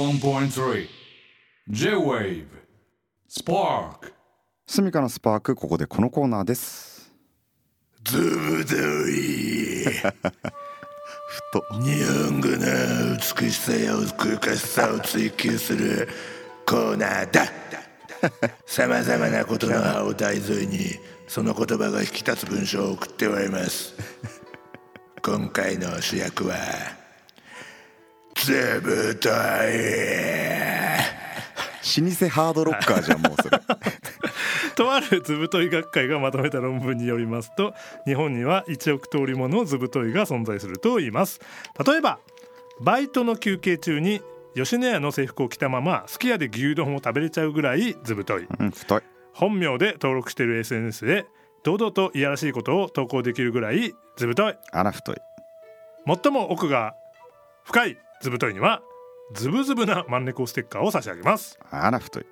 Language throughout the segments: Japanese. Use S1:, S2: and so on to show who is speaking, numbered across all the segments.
S1: 81.3 J-Wave Spark
S2: スミカのスパークここでこのコーナーです
S3: ずぶとい
S2: ふと
S3: 日本語の美しさや奥深しさを追求するコーナーださまざまなことの葉を題材にその言葉が引き立つ文章を送っております今回の主役はずぶとい
S2: 老舗ハードロッカーじゃんもうそ れ
S4: とある図太い学会がまとめた論文によりますと日本には1億通りもの図太いが存在すると言います例えばバイトの休憩中に吉野家の制服を着たまますき家で牛丼を食べれちゃうぐらい図太い
S2: うん太い
S4: 本名で登録している SNS で堂々といやらしいことを投稿できるぐらい図太い
S2: あら太い
S4: 最も奥が深い図太いにはズブズブなマンネコステッカーを差し上げます
S2: あら太い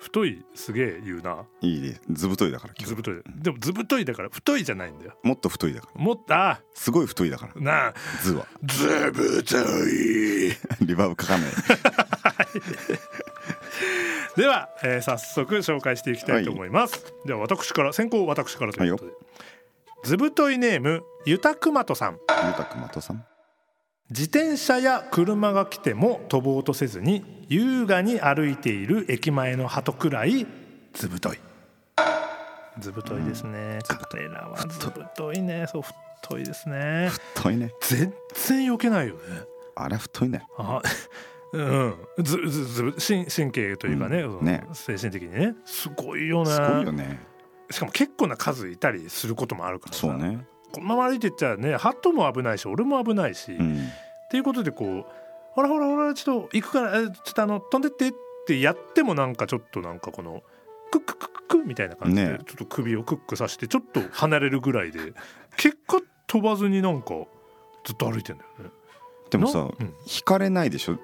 S4: 太いすげえ言うない
S2: いねずぶといだから今
S4: 図
S2: 日
S4: 太いでも図太いだから太いじゃないんだよ
S2: もっと太いだから
S4: もっとあ
S2: すごい太いだから
S4: なあ
S2: 図は
S3: ずぶとい
S2: リバーブかかんない
S4: では、えー早速紹介していきたいと思います、では私から先行私からということで、ずぶといネームゆたくまとさん
S2: ゆたくまとさん
S4: 自転車や車が来ても飛ぼうとせずに優雅に歩いている駅前の鳩くらいずぶといずぶといですね、彼らはずぶといねそう太いですね
S2: 太いね
S4: 全然避けないよね
S2: あら太いね
S4: あうんずずずぶ神神経というかね,、
S2: うんね
S4: 精神的にねすごいよね
S2: すごいよね
S4: しかも結構な数いたりすることもあるからさ
S2: そうね
S4: このまま歩いてっちゃねハットも危ないし俺も危ないし、
S2: う
S4: っ
S2: ん
S4: ていうことでこう「ほらほらほらちょっと行くからえちょっとあの飛んでって」ってやってもなんかちょっとなんかこのクッククックみたいな感じで、
S2: ね
S4: ちょっと首をクックさしてちょっと離れるぐらいで結果飛ばずになんかずっと歩いてんだよね。
S2: でもさ
S4: なうん
S2: 引かれないでしょ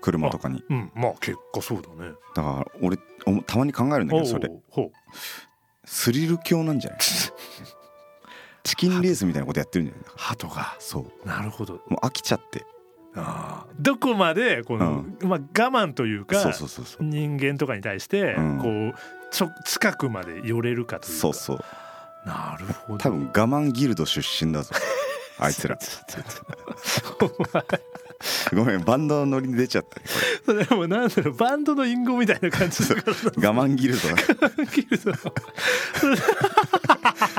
S2: 車とかに
S4: うん、まあ結果そうだね。
S2: だから俺おもたまに考えるんだけどそれ
S4: おうほう
S2: スリル教なんじゃ ないチキンレースみたいなことやってるんじゃない
S4: 鳩が
S2: そう
S4: なるほど
S2: もう飽きちゃって
S4: あーどこまでこの、まあ、我慢というか
S2: そうそうそうそう
S4: 人間とかに対して
S2: うん
S4: こうちょ近くまで寄れるかというか
S2: そうそう
S4: なるほど
S2: 多分我慢ギルド出身だ ぞあいつら
S4: ちょっと待ってお前
S2: ごめんバンドのノリに出ちゃったね
S4: それもうなんだろうバンドの隠語みたいな感じだから
S2: これ我慢ギルドだ
S4: できるぞ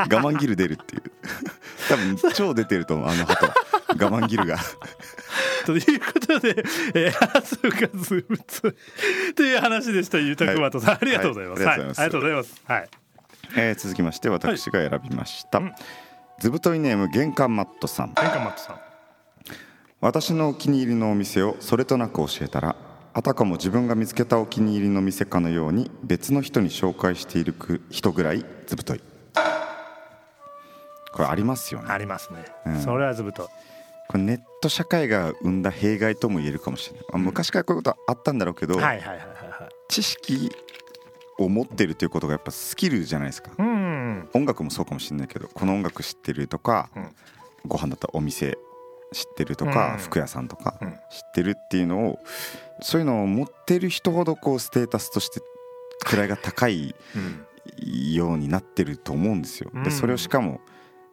S2: 我慢ギル出るっていう多分超出てると思うあの鳩は我慢ギルが
S4: ということで「えー、あずかずぶつ」という話でしたゆたくまとさん、
S2: はい
S4: ありがとうございます、
S2: は
S4: はいい
S2: ありがとうございます
S4: ありがとうございます、はい、
S2: えー続きまして私が選びました、
S4: うん
S2: ずぶといネーム玄関マットさん
S4: 玄関マットさん
S2: 私のお気に入りのお店をそれとなく教えたらあたかも自分が見つけたお気に入りの店かのように別の人に紹介しているく人ぐらいずぶといこれありますよね
S4: ありますね、それはずぶと
S2: これネット社会が生んだ弊害とも言えるかもしれない、まあ昔からこういうことはあったんだろうけど、
S4: いはいはいはいはいはい
S2: 知識を持ってるということがやっぱスキルじゃないですか、
S4: うん
S2: 音楽もそうかもしれないけどこの音楽知ってるとか、
S4: うん
S2: ご飯だったらお店知ってるとか、
S4: うん
S2: 服屋さんとか知
S4: うん
S2: ってるっていうのをそういうのを持ってる人ほどこうステータスとして位が高い
S4: うん
S2: ようになってると思うんですよ。
S4: う
S2: で
S4: ん
S2: それをしかも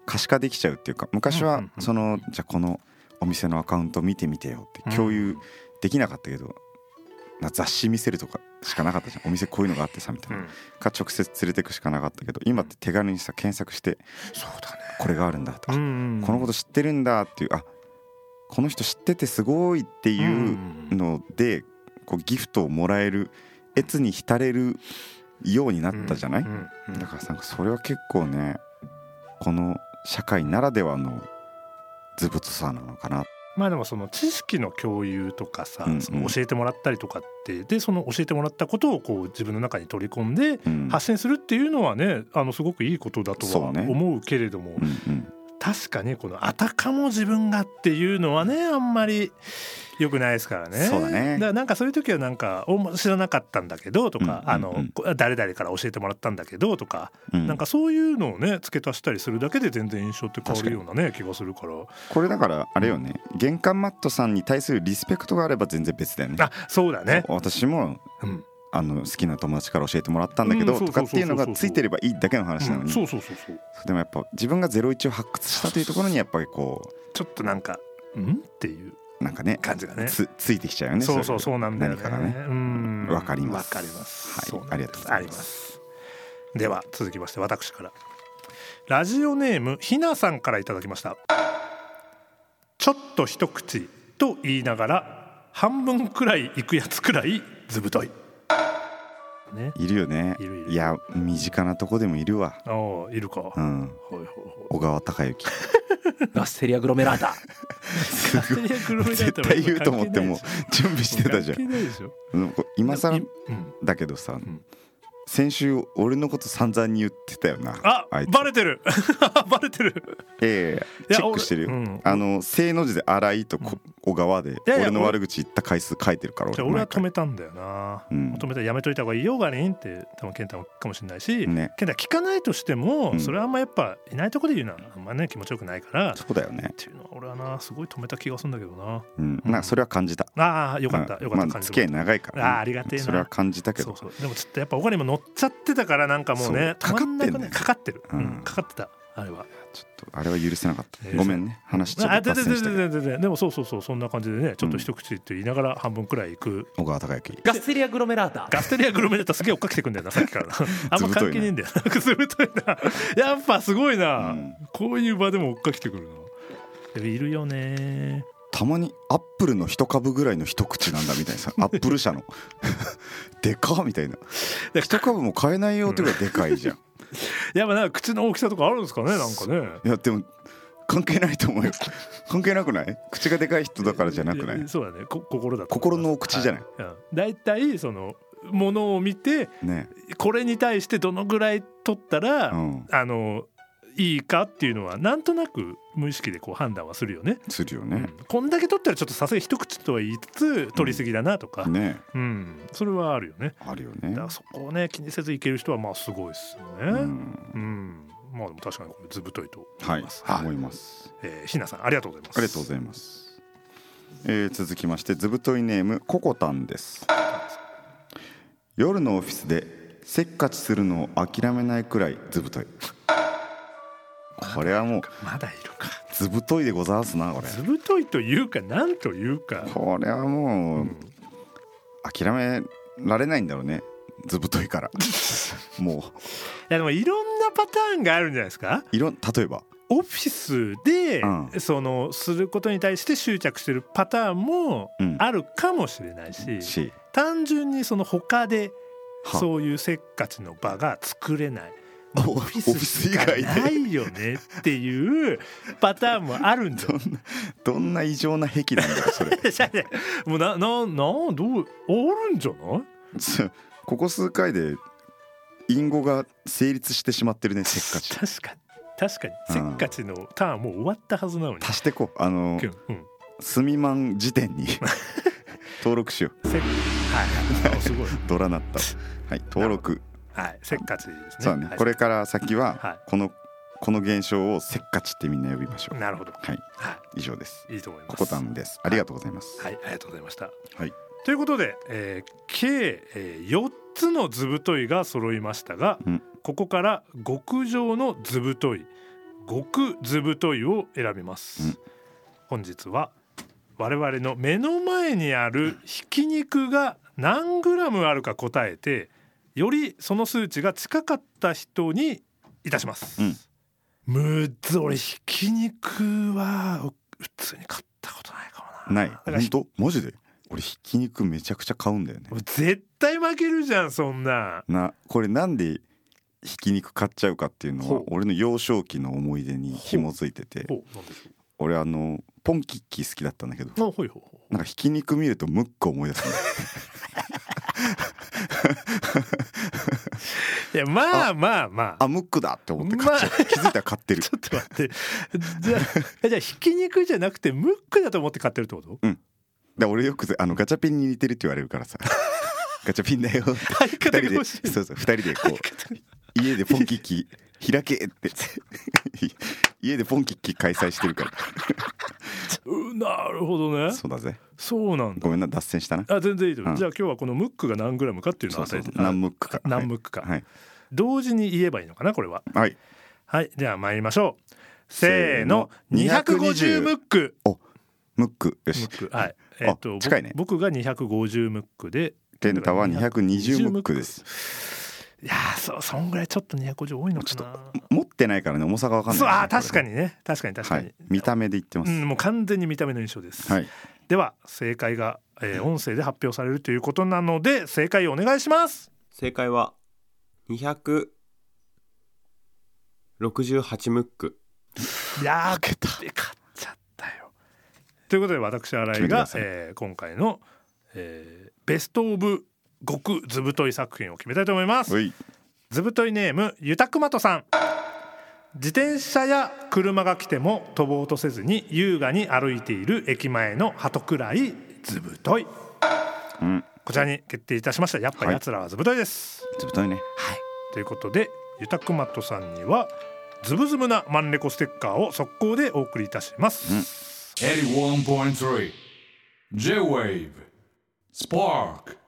S2: 可視化できちゃうっていうか昔
S4: うん
S2: は
S4: うんうん
S2: そのじゃあこのお店のアカウント見てみてよっ
S4: う
S2: て
S4: ん
S2: 共有できなかったけど。な雑誌見せるとかしかなかったじゃんお店こういうのがあってさみたいな、
S4: うん
S2: か直接連れてくしかなかったけど今って手軽にさ検索して
S4: そうだね
S2: これがあるんだとか、
S4: うん
S2: このこと知ってるんだっていうあこの人知っててすごいって
S4: と
S2: いうので、こうギフトをもらえる越に浸れるようになったじゃない、だからなんかそれは結構ねこの社会ならではの図物さなのかな
S4: まあでもその知識の共有とかさ、
S2: うんうん
S4: その教えてもらったりとかってでその教えてもらったことをこう自分の中に取り込んで
S2: うん
S4: 発信するっていうのはねあのすごくいいことだと
S2: そう
S4: は
S2: ね
S4: 思うけれども、
S2: うんうん
S4: 確かにこの「あたかも自分が」っていうのはねあんまり良くないですからね。
S2: そうだね
S4: からなんかそういう時はなんか「おも知らなかったんだけど」とか
S2: う
S4: 「
S2: んうんうん
S4: あのこ誰々から教えてもらったんだけど」とか、
S2: うん
S4: なんかそういうのをね付け足したりするだけで全然印象って変わるようなね気がするから。
S2: これだからあれよね玄関マットさんに対するリスペクトがあれば全然別だよね
S4: あそうだね。
S2: 私も
S4: うん
S2: あの好きな友達から教えてもらったんだけ
S4: う
S2: ど
S4: んそう
S2: と
S4: そうそ
S2: かって
S4: うそう
S2: いうのがついてればいいだけの話なの
S4: うん
S2: に
S4: そうそうそうそう。
S2: でもやっぱ自分が「01」を発掘したというところにやっぱりこ
S4: ちょっとなんか「ん?」っていう
S2: うなんかね
S4: 感じがね。
S2: つついてきちゃうよね
S4: そうそう
S2: れ
S4: そうなんだよね。
S2: 何かがね
S4: うん
S2: わかります
S4: わかります。
S2: はい
S4: そうなん
S2: ありがとうございます
S4: す。ありますでは続きまして私からラジオネームひなさんからいただきました。ちょっと一口と言いながら半分くらいいくやつくらいずぶとい。ね。
S2: いるよね
S4: いるいる
S2: いや身近なとこでもいるわ
S4: ああいるか。
S2: う
S4: はい
S2: ん
S4: はいはい。
S2: 小川隆 之
S5: ガステリアグロメラータ
S2: すごい絶対言うと思ってもう準備してたじゃん
S4: 関係ないでしょ。
S2: うんこう今更
S4: いうん
S2: だけどさ、
S4: ん
S2: 先週俺のこと散々に言ってたよな
S4: あ
S2: いつ
S4: バレてるバレてる
S2: ええ
S4: いや
S2: チェックしてるよ、
S4: 俺うん
S2: あの正の字で「荒い」とこ小川で
S4: いやいや
S2: 俺の悪口言った回数書いてるから
S4: じゃあ俺は止
S2: 毎
S4: めたんだよな、
S2: うん
S4: 止めたらやめといた方がいいよガリンって多分健太もかもしれないし、
S2: ね
S4: 健太聞かないとしても、
S2: うん
S4: それはあんまやっぱいないとこで言うのはあんまね気持ちよくないからっ
S2: 回そうだよね、
S4: ていうのは俺はなすごい止めた気がするんだけどな
S2: うん、なんかそれは感じた、
S4: ああよかった
S2: うん
S4: よかった、
S2: まあ付き合い長いから、
S4: あーありがてえな
S2: それは感じたけ
S4: そう
S2: ど
S4: そうでもちょっとやっぱ他にも乗っちゃってたからなんかもうね
S2: そう
S4: 止まんなくない
S2: か
S4: かかってる、
S2: う
S4: うんんかかってたあれは
S2: ちょっとあれは許せなかった、
S4: ええ
S2: ごめんね話ちょ
S4: あ
S2: っと
S4: で
S2: 脱線
S4: で
S2: したけど
S4: でででででもそうそうそうそんな感じでねちょっと一口って言いながら半分くらいいく、
S2: 小川隆之
S5: ガステリアグロメラータ
S4: ガステリアグルメだったらすげえ追っかけてくんだよ なさっきからなあんま関係ねえんだよなずぶといなやっぱすごいな、
S2: うん
S4: こういう場でも追っかけてくるなでもいるよね
S2: たまにアップルの一株ぐらいの一口なんだみたいな さアップル社の でかっみたいな一株も買えないよっていうかでかいじゃん
S4: やっぱなんか口の大きさとかあるんですかねなんかね
S2: いやでも関係ないと思うよ関係なくない口がでかい人だからじゃなくない
S4: やそうだねこ心だと思
S2: 心
S4: います
S2: のお口じゃない、
S4: はいうん大体そのものを見て
S2: ね
S4: これに対してどのぐらい取ったら、
S2: うん
S4: あのいいかっていうのはなんとなく無意識でこう判断はするよね、
S2: するよ
S4: う
S2: ね
S4: ん、こんだけ取ったらちょっとさすがに一口とは言いつつ取りすぎだなとか、
S2: ね
S4: うん、それはあるよね。
S2: あるよ
S4: だ
S2: ね
S4: からそこをね気にせずいける人はまあすごいですよ
S2: う
S4: ね。
S2: ん
S4: うん、まあでも確かにこれずぶといと
S2: は
S4: 思い
S2: い
S4: ます。
S2: 思います
S4: えーひなさんありがとうございます。
S2: ありがとうございますえー続きましてずぶといネームココタンです夜のオフィスでせっかちするのを諦めないくらいずぶといこれはもう
S4: まだいるか。
S2: ずぶといでございますなこれ
S4: ずぶといというかなんというか。
S2: これはもう諦められないんだろうねずぶといからも
S4: いやでもいろんなパターンがあるんじゃないですか。
S2: ういろん例えば
S4: オフィスで、
S2: うん
S4: そのすることに対して執着してるパターンも
S2: うん
S4: あるかもしれないし、
S2: し
S4: 単純にその他で
S2: は
S4: そういうせっかちの場が作れない
S2: お
S4: オフィスしか
S2: オフィス以外で
S4: ないよねっていうパターンもある んじゃない
S2: どんな異常な癖なんだよそれ
S4: じゃあねもうなななどうあるんじゃない
S2: つ ここ数回で隠語が成立してしまってるねせっか ち
S4: 確かに確かにせ
S2: うん
S4: っかちのターンもう終わったはずなのに、
S2: 足してこうあの
S4: うん
S2: すみまん辞典 に登録しよう
S4: せっはいはいあすごい
S2: ドラなったはい登録
S4: はいせっかちですね
S2: そうだ
S4: は
S2: ね
S4: い
S2: これから先
S4: は
S2: はいこのこの現象をせっかちってみんな呼びましょう
S4: なるほど
S2: はい
S4: は
S2: 以上です
S4: いいいと思います
S2: ココタンですありがとうございます
S4: はいありがとうございました
S2: はい
S4: ということで、えー計、え4つの図太いが揃いましたが、
S2: うん
S4: ここから極上の図太い極図太いを選びます、
S2: うん
S4: 本日は我々の目の前にあるひき肉が何グラムあるか答えてよりその数値が近かった人にいたします、
S2: うん
S4: むっつ俺ひき肉は普通に買ったことないかもな
S2: ない
S4: だから
S2: 本当マジで俺ひき肉めちゃくちゃ買うんだよね
S4: 絶対負けるじゃんそんなん
S2: なこれなんでひき肉買っちゃうかっていうの
S4: ほ
S2: は
S4: う
S2: 俺の幼少期の思い出に紐づいてて
S4: ほうなんでし
S2: 俺あのポンキッキー好きだったんだけど
S4: ょうあほいほいほ
S2: なんかひき肉見るとムック思い出すんだよ
S4: いいやまあまあまあ
S2: あムックだって思って買っちゃう、気づいたら買ってる
S4: ちょっと待って じゃあえじゃあひき肉じゃなくてムックだと思って買って るってこと
S2: で俺よくあのガチャピンに似てるって言われるからさガチャピンだよって
S4: 相
S2: 二
S4: 方
S2: 人
S4: が
S2: で
S4: 欲しい
S2: そうそう二人でこう家でポンキッキー開けって 家でポンキッキー開催してるか
S4: うんなるほどね
S2: らそうだぜ
S4: そうなんだ
S2: ごめんな脱線したな
S4: あ全然いいと思
S2: う
S4: う、
S2: ん
S4: じゃあ今日はこのムックが何グラムかっていうの
S2: そ
S4: を
S2: う
S4: 与
S2: そ
S4: え
S2: う
S4: て
S2: 何ムックか
S4: 何ムックか、
S2: はい
S4: 同時に言えばいいのかなこれは
S2: はい
S4: はいでは参りましょうせーの
S2: せーの
S4: 250ムック
S2: ムックよ
S4: ム
S2: し
S4: ックはいえっと
S2: 近いね
S4: 僕僕が250ムックで
S2: 健太は220ムックです
S4: いやーそうそんぐらいちょっと250多いのかな
S2: 持ってないからね重さが分かんない
S4: そうあー
S2: これ
S4: 確かにね確かに確か
S2: は
S4: に、
S2: い見た目で言ってま
S4: う
S2: す
S4: ん、もう完全に見た目の印象です、
S2: はい
S4: では正解が、えー音声で発表されるということなので正解お願いします
S6: 正解は268ムック
S4: いやーけた買っちゃったよということで私
S2: 決
S4: 新井
S2: めてく
S4: が
S2: だ、さい
S4: えー今回の、えーベスト・オブ極ずぶとい作品を決めたいと思います
S2: おい
S4: ずぶといネームゆたくまとさん自転車や車が来ても飛ぼうとせずに優雅に歩いている駅前の鳩くらいずぶとい、
S2: ん
S4: こちらに決定いたしましたやっぱ
S2: はい
S4: 奴らはずぶといです、
S2: ずぶといね
S4: ということでゆたくまとさんにはズブズブなマンレコステッカーを速攻でお送りいたします、
S1: 81.3 J-Wave Spark